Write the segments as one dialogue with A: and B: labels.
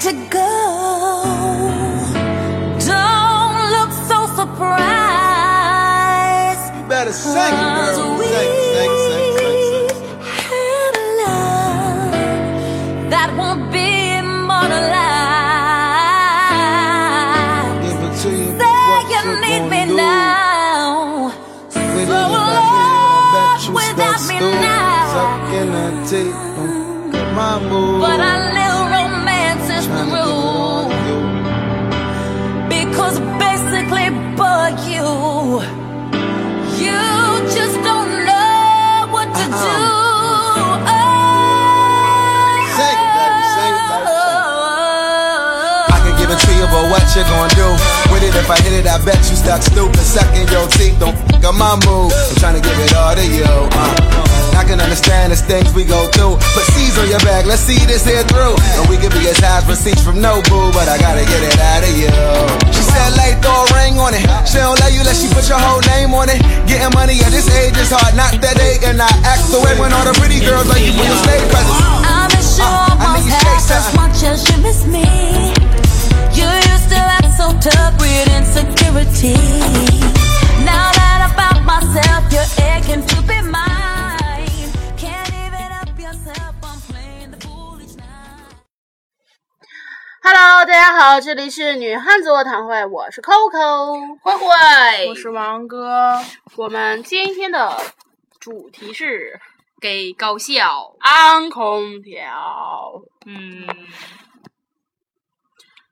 A: to go. Don't look so surprised.
B: You better sing,
A: Cause
B: girl.
A: we
B: Sing, sing, sing, sing, sing.
A: had a love that won't be immortalized.
B: Give it to you.
A: Say
B: What
A: you
B: you
A: need
B: gonna
A: me
B: do?
A: now.
B: We
A: So
B: live
A: alone
B: in a
A: without me
B: bedroom,
A: now.
B: Sucking a tape. mm, Mambo.
A: But our little romance is
B: Tryna get on
A: through.
B: you.
A: Because basically, but you, you just don't know what to
B: Uh-uh.
C: Uh-huh.
A: do.
B: Sing, baby, sing, baby,
A: Oh.
C: I can give it to you, but what you gonna do? With it, if I hit it, I bet you stuck stupid. Sucking your teeth, don't f up my mood. I'm trying to give it all to you. Uh. I can understand the things we go through. Put C's on your back, let's see this here through. And we could be as high as receipts from Nobu, but I gotta get it out of you. She said, lay, throw a ring on it. She don't let you let she put your whole name on it. Getting money at this age is hard, not that they and I act the way when all the pretty girls like you when you stay present.
A: I'm as sure
C: Uh, I
A: must
C: need to say
A: have as
C: something.
A: much as you miss me. You used to act so tough with insecurity. Now that I found myself, you're aching to be mine. Can't even help yourself, I'm playing the foolish now.
D: Hello，大家好，这里是女汉子卧谈会，我是 Coco，
E: 慧慧，
D: 我是王哥。我们今天的主题是
E: 给高校，
D: 安空调。
E: 嗯，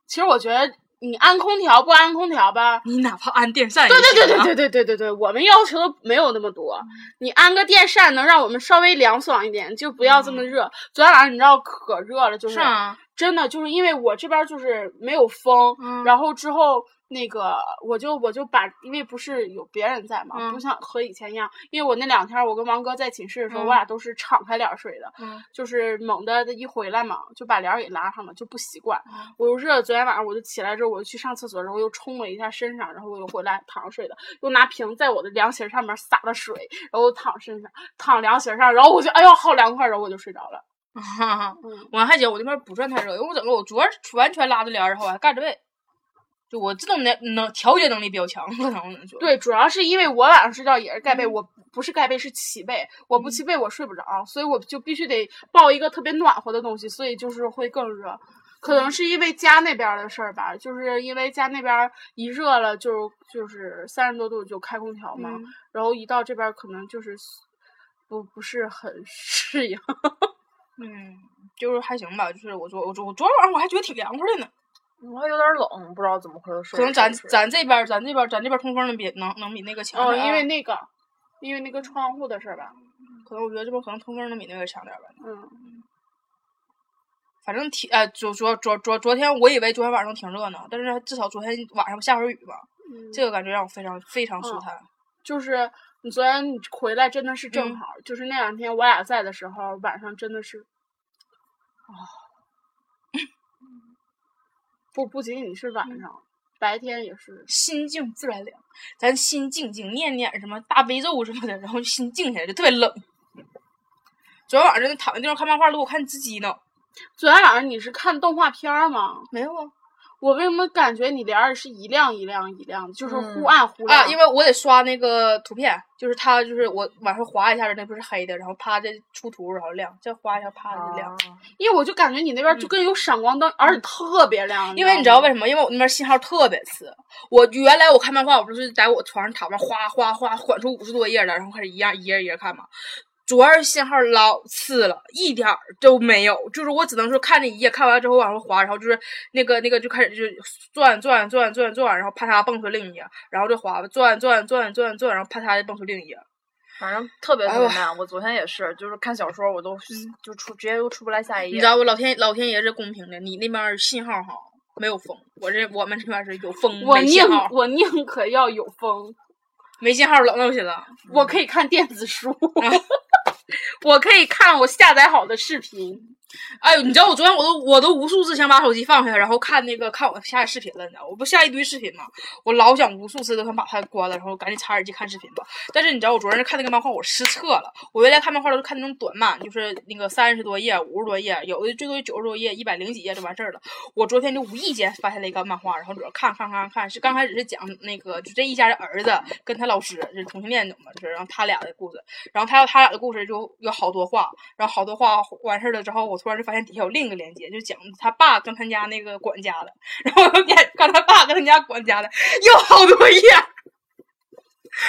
D: 其实我觉得你安空调不安空调吧？
E: 你哪怕安电扇，啊
D: 对对对对对，对对对对，我们要求的没有那么多，你安个电扇能让我们稍微凉爽一点，就不要这么热。昨天晚上你知道可热了，就是
E: 是啊，
D: 真的就是因为我这边儿就是没有风，
E: 嗯
D: 然后之后那个我就我就把，因为不是有别人在嘛，
E: 嗯
D: 不像和以前一样，因为我那两天儿我跟王哥在寝室的时候，
E: 嗯
D: 我俩都是敞开帘儿睡的，
E: 嗯
D: 就是猛的一回来嘛，就把帘儿给拉上了，就不习惯。
E: 嗯
D: 我又热，昨天晚上我就起来之后，我就去上厕所的时候又冲了一下身上，然后我又回来躺着睡的，又拿瓶在我的凉鞋上面洒了水，然后躺身上，躺凉鞋上，然后我就哎呦好凉快，然后我就睡着了。
E: 哈哈
D: 嗯
E: 我还觉得我那边不算太热，因为我怎么我昨儿完全拉的帘儿，然后我还盖着被，就我自动能能调节能力比较强，可能我能说，
D: 对，主要是因为我晚上睡觉也是盖
F: 嗯
D: 被，我不是盖被是起被，我不起被我睡不着，所以我就必须得抱一个特别暖和的东西，所以就是会更热。可
F: 嗯
D: 能是因为家那边儿的事儿吧，就是因为家那边儿一热了就就是三十多度就开空调嘛，
E: 嗯
D: 然后一到这边儿可能就是不不是很 适应。
E: 嗯，就是还行吧，就是我昨我昨我昨天晚上我还觉得挺凉快的呢，
F: 我还有点冷，不知道怎么回事。
E: 可能咱
F: 是不是
E: 咱这边儿咱这边儿咱这边儿通风能比能能比那个强
D: 哦，
E: 点儿啊
D: 因为那个，因为那个窗户的事儿吧，
E: 可能我觉得这边儿可能通风能比那个强点儿吧。
D: 嗯，
E: 反正挺哎，昨昨昨昨昨天我以为昨天晚上挺热闹，但是至少昨天晚上下会儿雨吧，
D: 嗯
E: 这个感觉让我非常非常舒
D: 嗯
E: 坦。
D: 就是你昨天你回来真的是正
E: 嗯
D: 好，就是那两天我俩在的时候，晚上真的是，啊、不不仅仅是晚
E: 嗯
D: 上，白天也是。
E: 心静自然凉，咱心静静念念什么大悲咒什么的，然后心静下来就特别冷。昨天晚上躺在地上看漫画，都给我看直激呢。
D: 昨天晚上你是看动画片儿吗？
E: 没有啊
D: 我为什么感觉你帘儿是一亮一亮一亮的，就是忽
F: 嗯
D: 暗忽亮？
E: 啊，因为我得刷那个图片，就是它就是我往上滑一下，那不是黑的，然后啪这出图然后亮，再滑一下啪就亮。
F: 啊
D: 因为我就感觉你那边就跟有闪光灯，而且特别亮。
E: 嗯因为你知道为
D: 吗
E: 什么？因为我那边信号特别次。我原来我看漫画，我不是在我床上躺着哗哗哗缓出五十多页了，然后开始一样一页一页看嘛。主要是信号老次了，一点儿都没有，就是我只能说看这一页，看完之后往上滑，然后就是那个那个就开始就是转转转转转，然后啪嚓蹦出另一页，然后就滑吧，转转转转转，然后啪嚓就蹦出另一页。
F: 反正特别
E: 哎
F: 特
E: 呦
F: 别慢。我昨天也是，就是看小说，我都就出直接就出不来下一页。
E: 你知道我老天老天爷是公平的，你那边儿信号好没有风，我这我们这边儿是有风
D: 我
E: 没信
D: 宁
E: 号，
D: 我宁可要有风，
E: 没信号冷到去了。嗯
D: 我可以看电子书，我可以看我下载好的视频。
E: 哎呦，你知道我昨天我都我都无数次想把手机放下，然后看那个看我下的视频了，你知道，我不下一堆视频嘛，我老想无数次都想把它关了，然后赶紧插耳机看视频吧。但是你知道我昨天看那个漫画，我失策了。我原来看漫画都是看那种短漫，就是那个三十多页、五十多页，有的最多九十多页、一百零几页就完事儿了。我昨天就无意间发现了一个漫画，然后主要看看看看，是刚开始是讲那个就这一家的儿子跟他老师就是同性恋，你懂吗？就是然后他俩的故事，然后他要他俩的故事就有好多话，然后好多话完事儿了之后，我突然就发现底下有另一个链接，就讲他爸跟他家那个管家的， 然后我又点看他爸跟他家管家的，又好多页。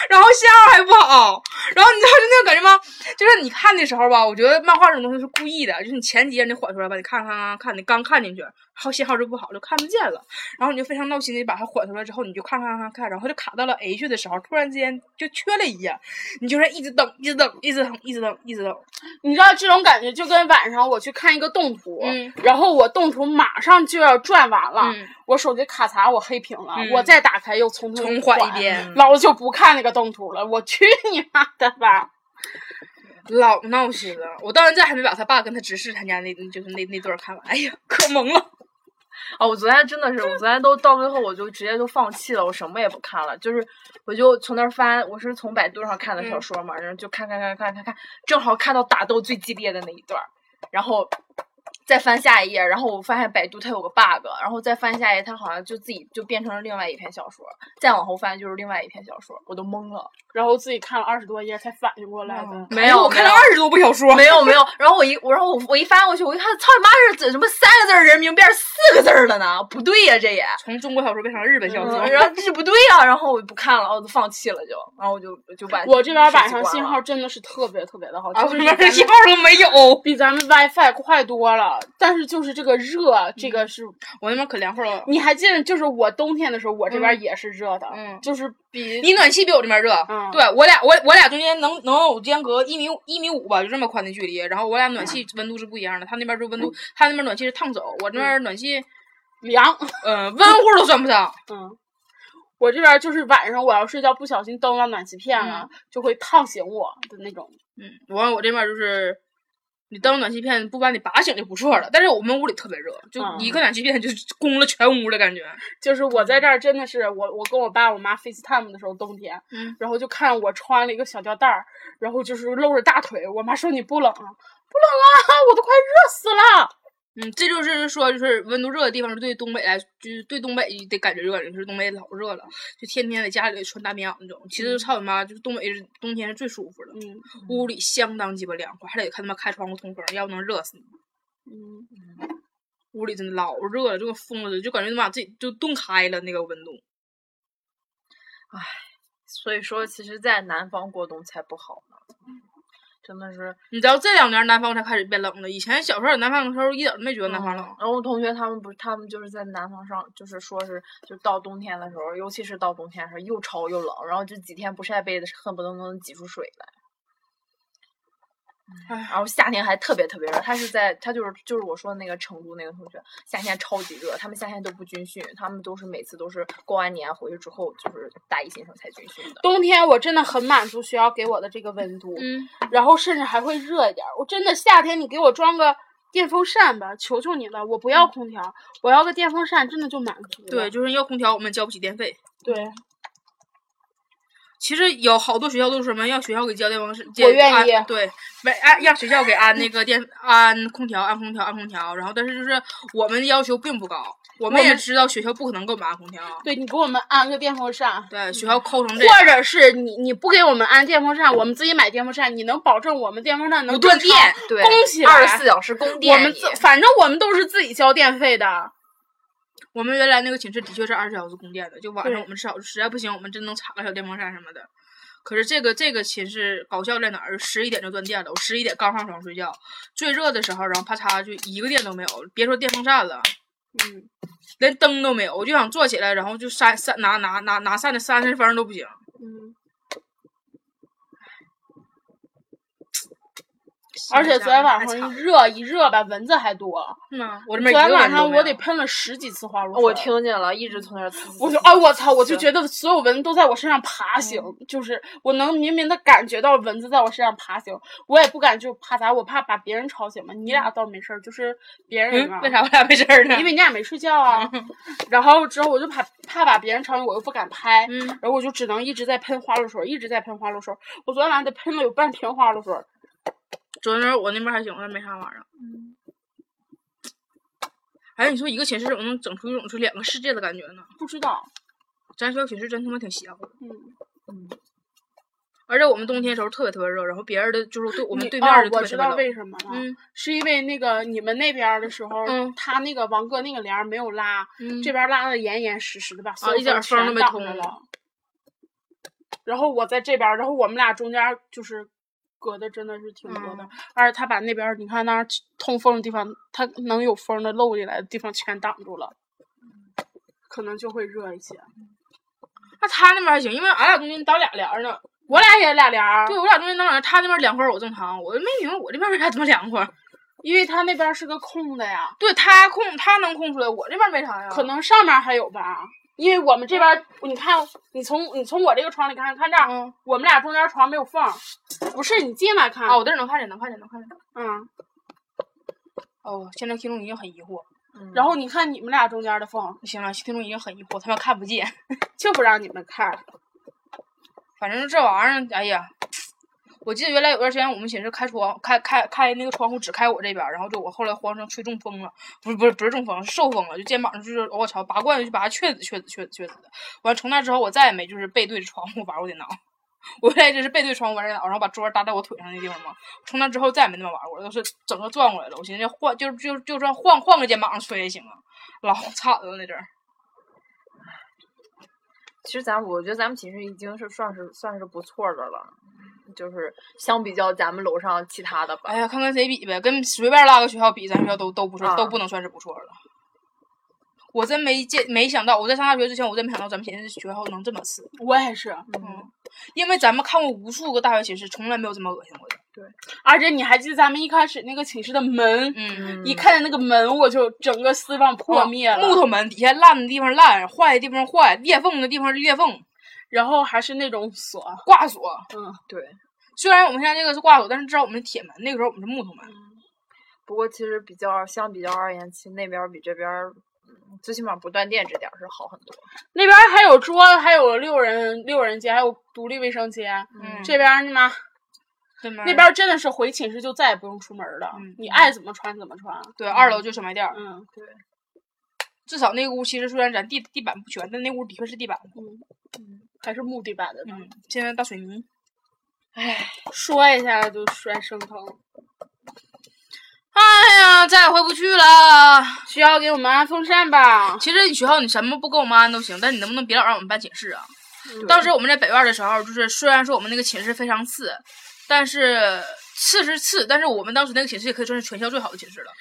E: 然后信号还不好，然后你知道就那种感觉吗？就是你看的时候吧，我觉得漫画这种东西是故意的，就是你前几页你缓出来吧，你看看看看，你刚看进去，然后信号就不好，就看不见了。然后你就非常闹心的把它缓出来之后，你就看看看看，然后就卡到了 H 的时候，突然之间就缺了一页，你就是一直等，一直等，一直等，一直等，一直等。
D: 你知道这种感觉就跟晚上我去看一个动图，
E: 嗯
D: 然后我动图马上就要转完了，
E: 嗯
D: 我手机卡槽我黑屏了，
E: 嗯
D: 我再打开又重新
E: 重缓一遍
D: 老子就不看那个动图了，我去你妈的吧！
E: 老闹心了，我到现在还没把他爸跟他侄子他家那就是那那对儿看完，哎呀，可萌了。
F: 啊，我昨天真的是，我昨天都到最后，我就直接就放弃了，我什么也不看了，就是我就从那儿翻，我是从百度上看的小
E: 嗯
F: 说嘛，然后就看看看看看看，正好看到打斗最激烈的那一段儿，然后再翻下一页，然后我发现百度它有个 bug，然后再翻下一页，它好像就自己就变成了另外一篇小说，再往后翻就是另外一篇小说，我都懵了。
D: 然后自己看了二十多页才反应过来的，
F: 嗯没有
E: 哎我看了
F: 没有
E: 二十多部小说，
F: 没有没有，然后我一我然后我我一翻过去，我一看，操你妈是怎什么三个字儿人名变成四个字儿了呢？不对呀、这也。
E: 从中国小说变成日本小说。
F: 嗯然后这不对呀、然后我就不看了，我哦就放弃了就，然后我就我就把
D: 我这边晚上
F: 手机关
D: 信
F: 了
D: 号真的是特别特别的好，
E: 啊，
D: 就
E: 我
D: 是
E: 这
D: 比
E: 边
D: 咱
E: 一
D: 们
E: 号都没有。
D: 比咱们 WiFi 快多了，但是就是这个热，这
E: 嗯
D: 个是
E: 我那边可凉快了。
D: 你还记得，就是我冬天的时候，我这边也是热的，
E: 嗯
D: 就是比
E: 你暖气比我这边热，
D: 嗯
E: 对我俩我我俩中间能能有间隔一米一米五吧，就这么宽的距离。然后我俩暖气温度是不一样的，他那边就温
F: 嗯
E: 度，他那边暖气是烫手，我这边暖气，
D: 凉。
E: 呃，温乎都算不上。
D: 嗯，我这边就是晚上我要睡觉，不小心蹬到暖气片了，就会烫醒我的那种。
E: 嗯，完我这边就是，你当暖气片不把你拔醒就不错了。但是我们屋里特别热，就
D: 嗯
E: 一个暖气片就攻了全屋的感觉。
D: 就是我在这儿真的是我，我跟我爸我妈 FaceTime 的时候，冬天，
E: 嗯
D: 然后就看我穿了一个小吊带儿，然后就是露着大腿。我妈说你不冷啊？不冷啊，我都快热死了。
E: 嗯，这就是说，就是温度热的地方，对东北来，就是对东北的感觉就感觉是东北老热了，就天天在家里穿大棉袄那种。其实操你妈，就是东北是冬天是最舒服的，
D: 嗯
E: 屋里相当鸡巴凉快，还得看他妈开窗户通风，要不能热死你。
D: 嗯，
E: 屋里真的老热了，就跟疯了似的，就感觉他妈自己就冻开了那个温度。
F: 所以说，其实，在南方过冬才不好呢，真的是。
E: 你知道这两年南方才开始变冷了，以前小时候在南方的时候一点儿都没觉得南方冷。
F: 然后我同学他们不是，他们就是在南方上，就是说是，就到冬天的时候，尤其是到冬天的时候，又潮又冷，然后就几天不晒被子，恨不得能挤出水来。唉然后夏天还特别特别热，他是在他就是就是我说的那个成都那个同学，夏天超级热，他们夏天都不军训，他们都是每次都是过完年回去之后，就是大一新生才军训的。
D: 冬天我真的很满足学校给我的这个温度。
E: 嗯，
D: 然后甚至还会热一点儿。我真的夏天，你给我装个电风扇吧，求求你了，我不要空调，我要个电风扇，真的就满足了。
E: 对，就是要空调，我们交不起电费。
D: 对，
E: 其实有好多学校都是什么让学校给交电风扇，
D: 我愿
E: 安
D: 意
E: 对，没安让学校给安那个电安空调，安空调，安空调。然后但是就是我们要求并不高，我们
D: 我
E: 也
D: 们
E: 知道学校不可能给我们安空调，
D: 对你给我们安个电风扇，
E: 对，学校抠成这样
D: 或者是你你不给我们安电风扇，我们自己买电风扇，你能保证我们电风扇能
E: 不断
D: 正常
E: 电
F: 对，
D: 供起来
F: 二十四小时供电
D: 我
F: 你。
D: 们自反正我们都是自己交电费的，
E: 我们原来那个寝室的确是二十四小时供电的，就晚上
D: 对
E: 我们至少实在不行，我们真能插个小电风扇什么的。可是这个这个寝室搞笑在哪儿？十一点就断电了，我十一点刚上床睡觉，最热的时候，然后啪嚓就一个电都没有，别说电风扇了，
D: 嗯，
E: 连灯都没有，我就想坐起来，然后就扇扇拿拿拿拿扇子扇扇风都不行。
D: 嗯，
E: 气
D: 而
E: 温
D: 且
E: 下
D: 昨天
E: 来
D: 晚
E: 太
D: 上
E: 惨
D: 一热一热吧，蚊子还多。
E: 了我这
D: 昨
E: 边一个
D: 天晚
E: 蚊子都
D: 上
E: 没
D: 我
E: 有哦
D: 得嗯喷了十几次花露水。
F: 我，听见了，一直从那儿呲。呲
D: 我
F: 呲
D: 就
F: 呲
D: 哎我操，我就觉
F: 是
D: 得所有蚊子都在我身上爬
E: 嗯
D: 行，就是我能明明的感觉到蚊子在我身上爬行，我也不敢就怕砸，我怕把别人吵醒嘛。你俩倒没事儿，就是别人嘛
E: 嗯嗯，为啥我嗯俩没事儿呢？
D: 因为你俩没睡觉啊。然后之后我就怕怕把别人吵醒，我又不敢拍，
E: 嗯
D: 然后我就只能一直在喷花露水，一直在喷花露水。我昨天晚上得喷了有半瓶花露水，
E: 昨天我那边还行，还没啥玩意儿。哎，你说一个寝室怎么能整出一种就两个世界的感觉呢？
D: 不知道。
E: 咱学校寝室真他妈挺邪乎的，
D: 嗯，
E: 而且我们冬天的时候特别特别热，然后别人的就是对我们
D: 你
E: 对面
D: 啊
E: 儿的特
D: 我
E: 别特
D: 知
E: 别
D: 道
E: 冷。
D: 为什么了，
E: 嗯
D: 是因为那个你们那边儿的时候，
E: 嗯
D: 他那个王哥那个帘儿没有拉，
E: 嗯，啊
D: 这边儿拉的严严实实的吧，所有
E: 一点
D: 风
E: 风
D: 全
E: 都没
D: 挡
E: 通
D: 着了。然后我在这边儿，然后我们俩中间儿就是隔的真的是挺多
E: 嗯
D: 的，而且他把那边儿你看那儿通风的地方，他能有风的漏进来的地方全挡住了，
E: 嗯
D: 可能就会热一些。
E: 那他那边还行，因为俺俩中间搭俩帘儿呢。
D: 我俩也俩帘儿，
E: 对，我俩中间搭俩帘儿，他那边凉快儿，我正常。我就没明白我这边为啥这么凉快儿。
D: 因为他那边儿是个空的呀。
E: 对他空，他能空出来，我这边没啥呀。
D: 可能上面还有吧，因为我们这边儿，你看，你从你从我这个床里看，看这儿，
E: 嗯
D: 我们俩中间床没有缝儿，不是你进来看，
E: 啊，我这儿能看见，能看见，能看见。
D: 嗯，
E: 哦，现在听众已经很疑惑。
D: 然后你看你们俩中间的缝，
E: 不行了，听众已经很疑惑，他们看不见。
D: 就不让你们看，
E: 反正这玩意儿，哎呀，我记得原来有段时间我们寝室开窗，开开开那个窗户只开我这边儿，然后就我后来慌成吹中风了，不是不是不是中风，是受风了，就肩膀上就是我操拔罐就把它撅死撅死撅死撅死的。完从那之后我再也没就是背对着窗户玩过电脑， 我原来就是背对窗户玩电脑，然后把桌搭在我腿上那地方嘛。从那之后再也没那么玩过了，都是整个转过来了。我寻思换就就就算换换个肩膀上吹也行啊，老惨了那阵儿。
F: 其实咱们，我觉得咱们寝室已经是算是算是不错的了，就是相比较咱们楼上其他的吧。
E: 哎呀，看跟谁比呗，跟随便拉个学校比，咱学校都都不是、
F: 啊
E: 都不能算是不错了。我真没见没想到，我在上大学之前，我真没想到咱们寝室学校能这么次，
D: 我也是，
E: 因为咱们看过无数个大学寝室，从来没有这么恶心过的。
D: 而且你还记得咱们一开始那个寝室的门，
E: 嗯，哦
D: 一看见那个门我就整个希望破灭了，
E: 木头门底下烂的地方烂，坏的地方坏，裂缝的地方裂缝，
D: 然后还是那种锁，
E: 挂锁。
D: 嗯，
F: 对，
E: 虽然我们现在这个是挂锁，但是至少我们是铁门，那个时候我们是木头门。
F: 不过其实比较相比较而言，其实那边儿比这边儿，嗯最起码不断电这点儿是好很多。
D: 那边儿还有桌子，还有六人六人间，还有独立卫生间，
E: 嗯，
D: 这边儿呢嘛。
E: 对吗
D: 那边儿真的是回寝室就再也不用出门儿了，
E: 嗯
D: 你爱怎么穿怎么穿。
E: 对二楼就是小卖店儿，
D: 嗯，
E: 至少那个屋其实虽然咱地地板不全，但那屋的确是地板。
D: 还是木地板的呢。
E: 嗯，现在大水泥。
D: 说一下就摔生疼。
E: 哎呀，再也回不去了。
D: 学校给我们安风扇 吧。
E: 其实你学校你什么不给我们安都行，但你能不能别老让我们搬寝室啊？
D: 嗯
E: 当时我们在北院的时候，就是虽然说我们那个寝室非常次，但是次是次，但是我们当时那个寝室也可以算是全校最好的寝室 了。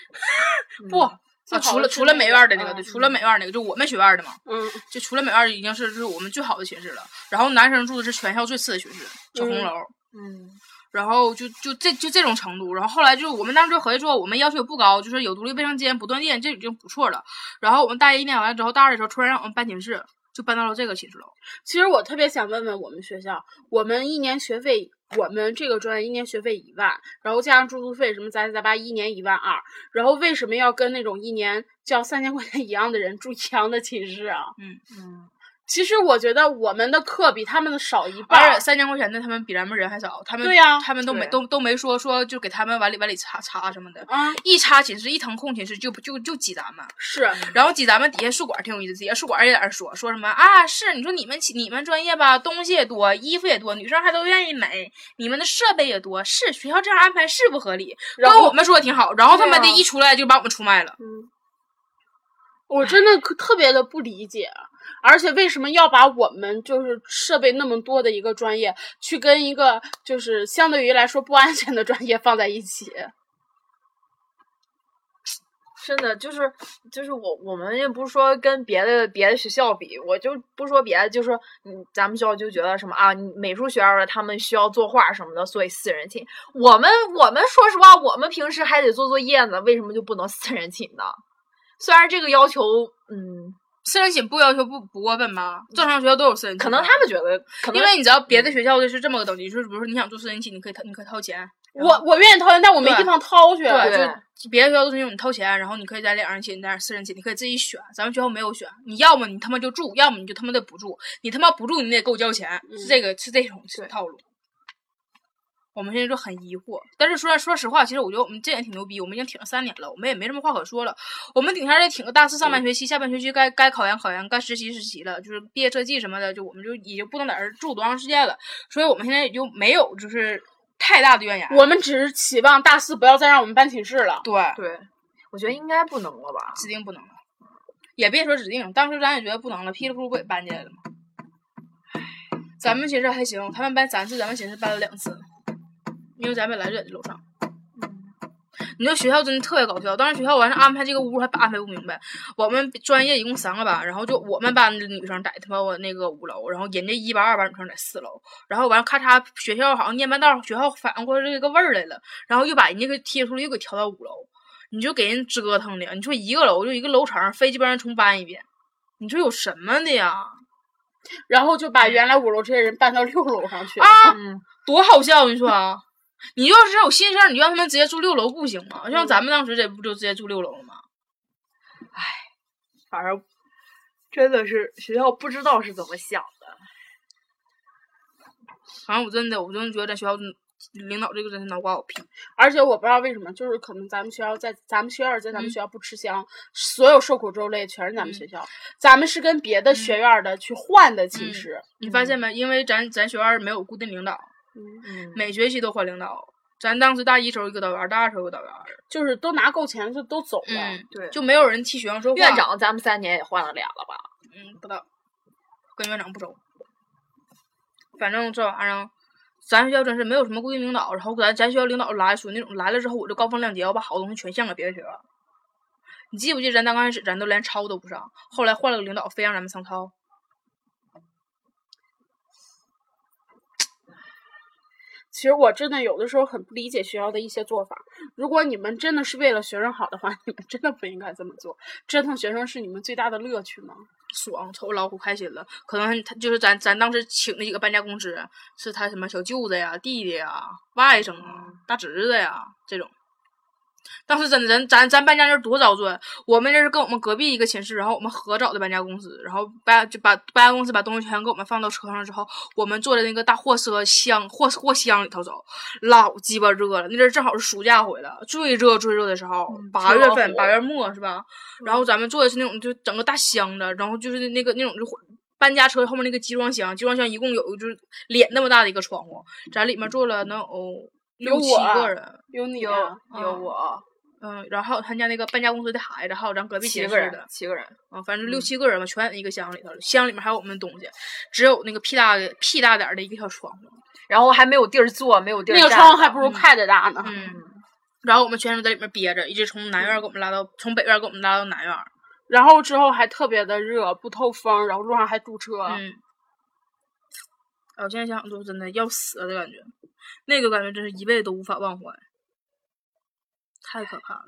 E: 不，
D: 嗯最
E: 啊，
D: 好
E: 除
D: 的
E: 了
D: 是
E: 除了
D: 那
E: 美
D: 个
E: 院的那个，
D: 嗯
E: 对，除了美院那个，就我们学院的嘛，
D: 嗯，
E: 就除了美院已经是就是我们最好的寝室了。然后男生住的是全校最次的寝室，小红
D: 嗯
E: 楼。
F: 嗯，
E: 然后就就这就这种程度，然后后来就是我们当时就合计说，我们要求也不高，就是有独立卫生间、不断电，这已经不错了。然后我们大一念完了之后，大二的时候突然让我们搬寝室，就搬到了这个寝室楼。
D: 其实我特别想问问我们学校，我们一年学费，我们这个专业一年学费一万，然后加上住宿费什么杂七杂八，一年一万二，然后为什么要跟那种一年交三千块钱一样的人住一样的寝室啊？
E: 嗯
F: 嗯。
D: 其实我觉得我们的课比他们的少一半
E: 而且
D: 儿，
E: 三千块钱的他们比咱们人还少，他们
D: 对呀
E: 他们都没
F: 对
E: 都都没说说就给他们往里往里擦擦什么的。
D: 啊，
E: 一插寝室，一腾空寝室就就就挤咱们，
D: 是，
E: 然后挤咱们底下宿管挺有意思，底下宿管也在那儿说说什么啊？是你说你们起你们专业吧，东西也多，衣服也多，女生还都愿意买，你们的设备也多，是学校这样安排是不合理，
D: 然
E: 跟
D: 后
E: 我们说的挺好，然后他
D: 对
E: 妈的
D: 啊
E: 一出来就把我们出卖了，
D: 我真的可特别的不理解，而且为什么要把我们就是设备那么多的一个专业，去跟一个就是相 对于来说不安全的专业放在一起？
F: 真的就是就是我我们也不是说跟别的别的学校比，我就不说别的，就说嗯，咱们学校就觉得什么啊，你美术学院的他们需要作画什么的，所以四人寝。我们我们说实话，我们平时还得做作业呢，为什么就不能四人寝呢？虽然这个要求，嗯，
E: 四人寝不要求不不过分吗？正常学校都有四人寝吧，
F: 可能他们觉得，可能
E: 因为你知道别的学校的是这么个等级，就是比如说你想做四人寝，你可以掏你可以掏钱，
D: 我我愿意掏钱，但我没
E: 对
D: 地方掏去。
E: 对，
F: 对
E: 就别的学校都是那种你掏钱，然后你可以在两人寝、在四人寝，你可以自己选。咱们学校没有选，你要么你他妈就住，要么你就他妈的不住。你他妈不住，你得给我交钱，是这个是这种
D: 嗯对
E: 套路。我们现在就很疑惑，但是说说实话，其实我觉得我们这也挺牛逼，我们已经挺了三年了，我们也没什么话可说了。我们顶天儿也挺个大四上半学期，下半学期该该考研考研，该实习实习了，就是毕业设计什么的，就我们就已经不能在这儿住多长时间了，所以我们现在也就没有就是太大的怨言。
D: 我们只是期望大四不要再让我们搬寝室了。
E: 对
F: 对，我觉得应该不能了吧？
E: 指定不能了。也别说指定，当时咱也觉得不能了，噼里咕噜不也搬进来了吗？咱们寝室还行，他们搬三次，咱们寝室搬了两次，因为咱本来就在这楼上。你说学校真的特别搞笑，当时学校完了安排这个屋还安排不明白。我们专业一共三个班，然后就我们班的女生在他妈我那个五楼，然后人家一班、二班女生在四楼，然后完了咔嚓，学校好像念半道儿，学校反应过这个味儿来了，然后又把人家给踢出来，又给调到五楼。你就给人折腾的，你说一个楼就一个楼层，非鸡巴让人重搬一遍，你说有什么的呀？
D: 然后就把原来五楼这些人搬到六楼上去了。
E: 啊
F: 嗯，
E: 多好笑！你说啊， 你要是有心事儿，你让他们直接住六楼不行吗？像咱们当时这不就直接住六楼了吗？
F: 反正真的是学校不知道是怎么想的。
E: 反正我真的，我真的觉得学校领导这个真是脑瓜有皮。
D: 而且我不知道为什么，就是可能咱们学校在咱们学院儿在咱
E: 嗯
D: 们学校不吃香，所有受苦受累全是咱们学校。咱们是跟别的学院儿的去换的寝
E: 嗯
D: 室，
E: 你发现没？因为咱咱学院没有固定领导，
F: 嗯，
E: 每学期都换领导。咱当时大一时候一个导员，大二时候一个导员，
D: 就是都拿够钱就都走了。
E: 嗯，
F: 对
E: 就没有人替学生说话。
F: 院，长咱们三年也换了俩了吧？
E: 嗯，不知道，跟院长不熟。反正这玩意儿，啊咱学校真是没有什么固定领导，然后咱咱学校领导来属于那种来了之后我就高风亮节，我把好东西全献给别的学校。你记不记得咱刚开始咱都连抄都不上，后来换了个领导非让咱们上抄，
D: 其实我真的有的时候很不理解学校的一些做法。如果你们真的是为了学生好的话，你们真的不应该这么做。折腾学生是你们最大的乐趣吗？
E: 爽，瞅老虎开心了。可能他就是咱咱当时请的几个搬家公司，是他什么小舅子呀、弟弟呀、外甥啊、大侄子呀这种。当时真的，咱咱咱搬家那多遭罪。我们这是跟我们隔壁一个寝室，然后我们合找的搬家公司，然后搬就把搬家公司把东西全给我们放到车上之后，我们坐在那个大货车箱货货箱里头走，老鸡巴热了。那阵儿正好是暑假回来，最热最热的时候，八、
F: 吃
E: 月
F: 老
E: 份
F: 虎
E: 八月末是吧？然后咱们坐的是那种就整个大箱子，然后就是那个那种就火搬家车后面那个集装箱，集装箱一共有就是脸那么大的一个窗户，咱里面坐了能有
D: 有
E: 六七
D: 我
E: 个人。
D: 有你
F: 有
D: 啊，
F: 有我
E: 嗯，然后还有他家那个搬家公司的孩子，还有咱隔壁
F: 七
E: 寝
F: 个
E: 室
F: 人
E: 的，，
F: 七个人。
E: 啊，反正六七个人吧，全在一个箱里头了，箱里面还有我们的东西，只有那个屁大的屁大点儿的一个小床铺，
F: 然后还没有地儿坐，没有地儿
D: 那个
F: 站
D: 窗户还不如快的大呢。
E: 嗯，然后我们全都在里面憋着，一直从南院儿给我们拉到，从北院儿给我们拉到南院儿，
D: 然后之后还特别的热，不透风，然后路上还堵车。
E: 嗯，哎我现在想想都真的要死了的感觉，那个感觉真是一辈子都无法忘怀，太可怕了。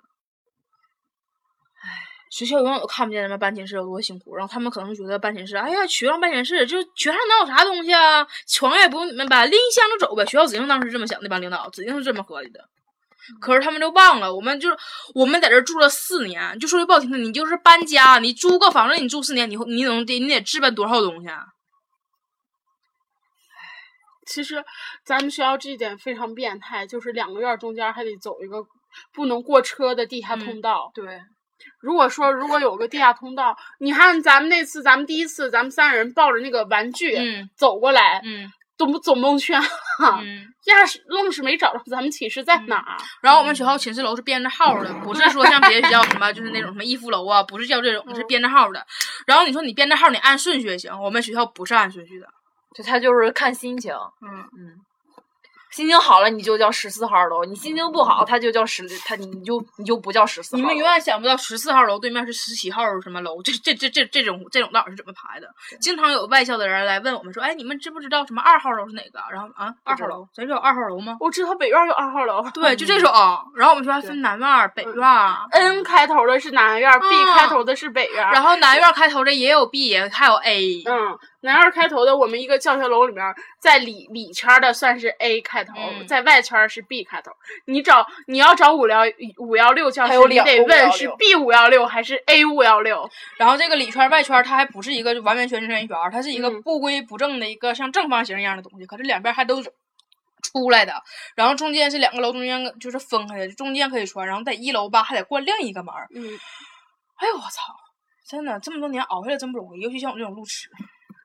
E: 唉，学校永远都看不见咱们班寝室有多辛苦，然后他们可能觉得班寝室，哎呀，学生班寝室就是学生能有啥东西啊？床也不用你们搬，拎一箱就走呗。学校指定当时这么想，那帮领导指定是这么合计的。可是他们就忘了，我们就是我们在这儿住了四年，就说句不好听的，你就是搬家，你租个房子，你住四年，你会你能得你得置办多少东西啊？
D: 其实咱们学校这一点非常变态，就是两个院儿中间还得走一个不能过车的地下
E: 嗯
D: 通道。
F: 对，
D: 如果说如果有个地下通道，你看咱们那次，咱们第一次，咱们三人抱着那个玩具、
E: 嗯
D: 走过来，
E: 嗯
D: 都不走蒙圈，
E: 嗯。
D: 呀是愣是没找着咱们寝室在哪儿。
E: 然后我们学校寝室楼是编着号的，不是说像别的学校什么就是那种什么逸夫楼啊，不是叫这种，是编着号的。然后你说你编着号，你按顺序也行，我们学校不是按顺序的。
F: 就他就是看心情。
E: 嗯
F: 嗯，心情好了你就叫十四号楼，你心情不好它就叫十，它你就你就不叫十四号
E: 你
F: 楼。
E: 们永远想不到十四号楼对面是十七号什么楼，这这这这这种这种到底是怎么排的？经常有外校的人来问我们说，哎，你们知不知道什么二号楼是哪个？然后啊，二号楼，咱知道二号楼吗？
D: 我知道北院有二号楼
E: 对，就这种。然后我们说还分南院儿、北院儿，
D: ，N 开头的是南院、b
E: 嗯
D: 开头的是北院，
E: 然后南院儿开头的也有 B，也还有 A。
D: 嗯，南二开头的，我们一个教学楼里面，在里里圈儿的算是 A 开头，
E: 嗯
D: 在外圈儿是 B 开头。你找你要找五幺五幺六教
F: 还
D: 室，
F: 有
D: 你
F: 两
D: 得
F: 个
D: 问
F: 516
D: 是 B 五幺六还是 A 五幺六。
E: 然后这个里圈儿外圈儿它还不是一个完完全全的圆圈儿，它是一个
D: 嗯
E: 不规不正的一个像正方形一样的东西，可是两边儿还都是出来的，然后中间是两个楼中间就是分开的，中间可以穿，然后在一楼吧还得关另一个门儿。
D: 嗯，
E: 哎呦我操！真的，这么多年熬下来真不容易，尤其像我这种路痴。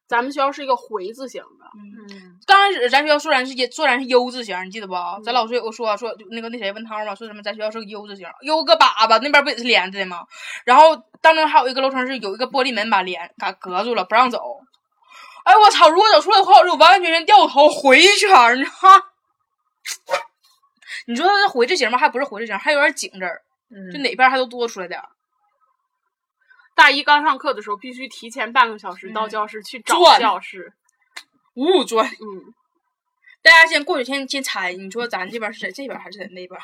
D: 咱们学校是一个回字形的，
E: 刚开始咱学校虽然是也虽然是 U 字形，你记得不？咱老师有说啊说那个那谁问涛嘛，说什么咱学校是个 U 字形，U 个粑粑那边不也是连着的吗？然后当中还有一个楼层是有一个玻璃门把连给隔住了，不让走。哎我操！如果走出来的话，我就完完全全掉头回一圈儿，你知道吗？ 你说这回字形吧，还不是回字形，还有点井字儿，
F: 嗯
E: 就哪边儿还都多出来点儿。
D: 大一刚上课的时候，必须提前半个小时到教室去找
E: 转
D: 教室。
E: 呜、转。
D: 嗯，
E: 大家先过去先先猜，你说咱这边是在这边还是在那边？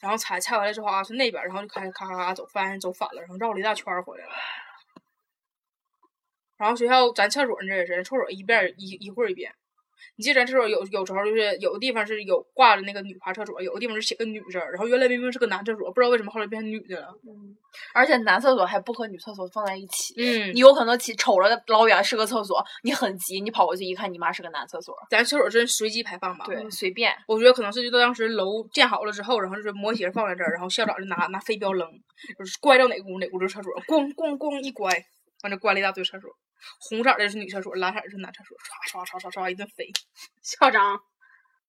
E: 然后猜猜完了之后啊，是那边，然后就开始咔咔咔走，发现走反了，然后绕了一大圈儿回来了。然后学校咱厕所那也是，厕所一遍一一会儿一遍。你记得咱厕所有有时候就是有的地方是有挂着那个女排厕所，有的地方是写个女字儿，然后原来明明是个男厕所，不知道为什么后来变成女的了。
F: 而且男厕所还不和女厕所放在一起。
E: 嗯
F: 你，有可能起瞅着老远是个厕所，你很急，你跑过去一看，你妈是个男厕所。
E: 咱厕所真随机排放吧？
F: 对，随便。
E: 我觉得可能是就当时楼建好了之后，然后就是模型放在这儿，然后校长就拿拿飞镖扔，就是关到哪个屋哪个屋就是厕所，咣咣咣一关，完就关了一大堆厕所，红色儿的是女厕所，蓝色儿的是男厕所，唰唰唰唰唰一顿飞。
D: 校长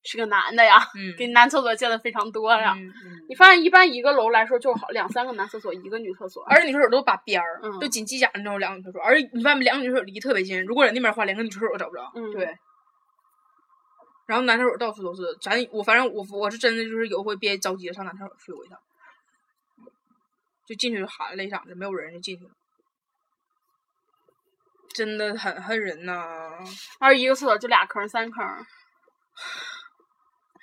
D: 是个男的呀，
E: 嗯
D: 给男厕所建的非常多呀。
E: 嗯
D: 你发现一般一个楼来说就好两三个男厕所，一个女厕所。
E: 而且女厕所都把边儿，
D: 嗯
E: 就紧机甲那种两个女厕所，而且你外面两个女厕所离特别近，如果在那边的话，连个女厕所都找不着。
D: 嗯，
F: 对
E: 然后男厕所到处都是，咱我反正我我是真的就是有回憋着急了上男厕所去过一趟，就进去就喊了一嗓子，没有人就进去了，真的很恨人呐、
D: 而一个厕所就俩坑三坑。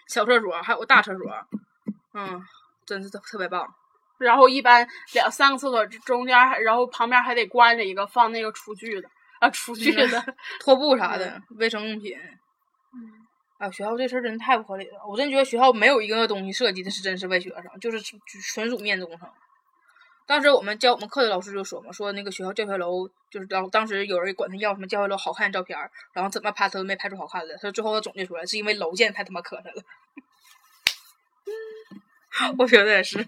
E: 小厕所还有大厕所，嗯，真是特特别棒。
D: 然后一般两三个厕所中间还，然后旁边还得关着一个放那个厨具的啊，厨具的。
E: 拖布啥的，卫生用品。啊，学校这事儿真是太不合理了！我真觉得学校没有一个东西设计的是真是为学生，就是纯纯属面子工程。当时我们教我们课的老师就说嘛，说那个学校教学楼就是当当时有人管他要什么教学楼好看的照片儿，然后怎么拍他都没拍出好看的。他说最后他总结出来是因为楼建太他妈磕碜了。 我觉得也是，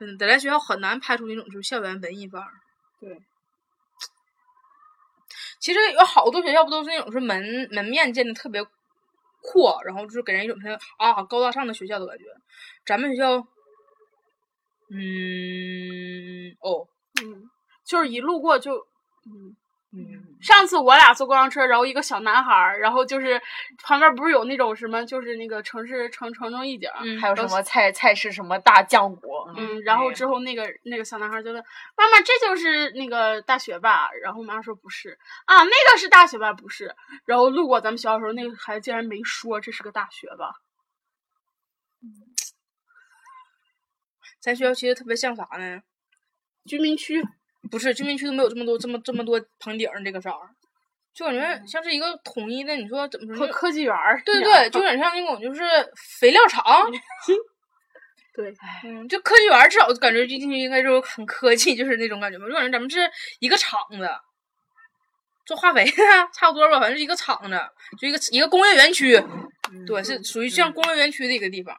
E: 嗯，在咱学校很难拍出那种就是校园文艺范儿。其实有好多学校不都是那种是门门面建的特别阔，然后就是给人一种像啊高大上的学校的感觉。咱们学校，嗯，哦，
D: 嗯，就是一路过就。
E: 嗯，
D: 上次我俩坐公交车，然后一个小男孩儿，然后就是旁边不是有那种什么，就是那个城市城城中一景儿，
E: 嗯
F: 还有什么菜菜是什么大酱骨？
D: 嗯，然后之后那个那个小男孩儿就问妈妈：“这就是那个大学吧？”然后妈妈说：“不是啊，那个是大学吧？不是。”然后路过咱们学校的时候，那个孩子竟然没说这是个大学吧？
E: 咱学校其实特别像啥呢？
D: 居民区，
E: 不是居民区都没有这么多这么这么多棚顶儿这个啥儿，就感觉像是一个统一的。你说怎么说
D: 科
E: 呢？
D: 科技园儿，
E: 对对对，就有点像那种就是肥料厂，
D: 对，
E: 嗯，就科技园儿至少感觉就进去应该就很科技，就是那种感觉吧。就感觉咱们是一个厂子，做化肥的差不多吧，反正是一个厂子，就一个一个工业园区，对，是属于像工业园区的一个地方。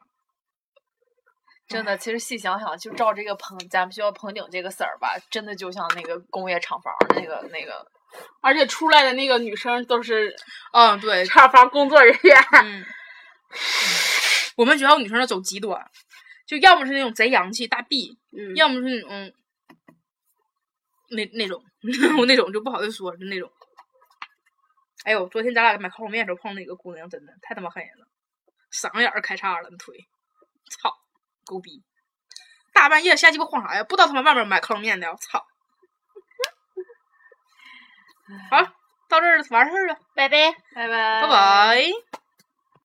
F: 真的，其实细想想，就照这个棚，咱们学校棚顶这个色儿吧，真的就像那个工业厂房那个那个。
D: 而且出来的那个女生都是
E: 嗯，对，
D: 厂房工作人员。
E: 嗯， 我们学校女生都走极端，就要么是那种贼洋气大 B，
D: 嗯
E: 要么是那种 那那种，我那种就不好意思说，就那种。哎呦，昨天咱俩买烤火面的时候碰那个姑娘，真的太他妈恨人了，嗓子眼儿开叉了，那腿，操，狗逼！大半夜瞎鸡巴晃啥呀？不知道他妈外面买烤冷面的，我操！好，到这儿完事儿了，
F: 拜拜。
E: 拜拜。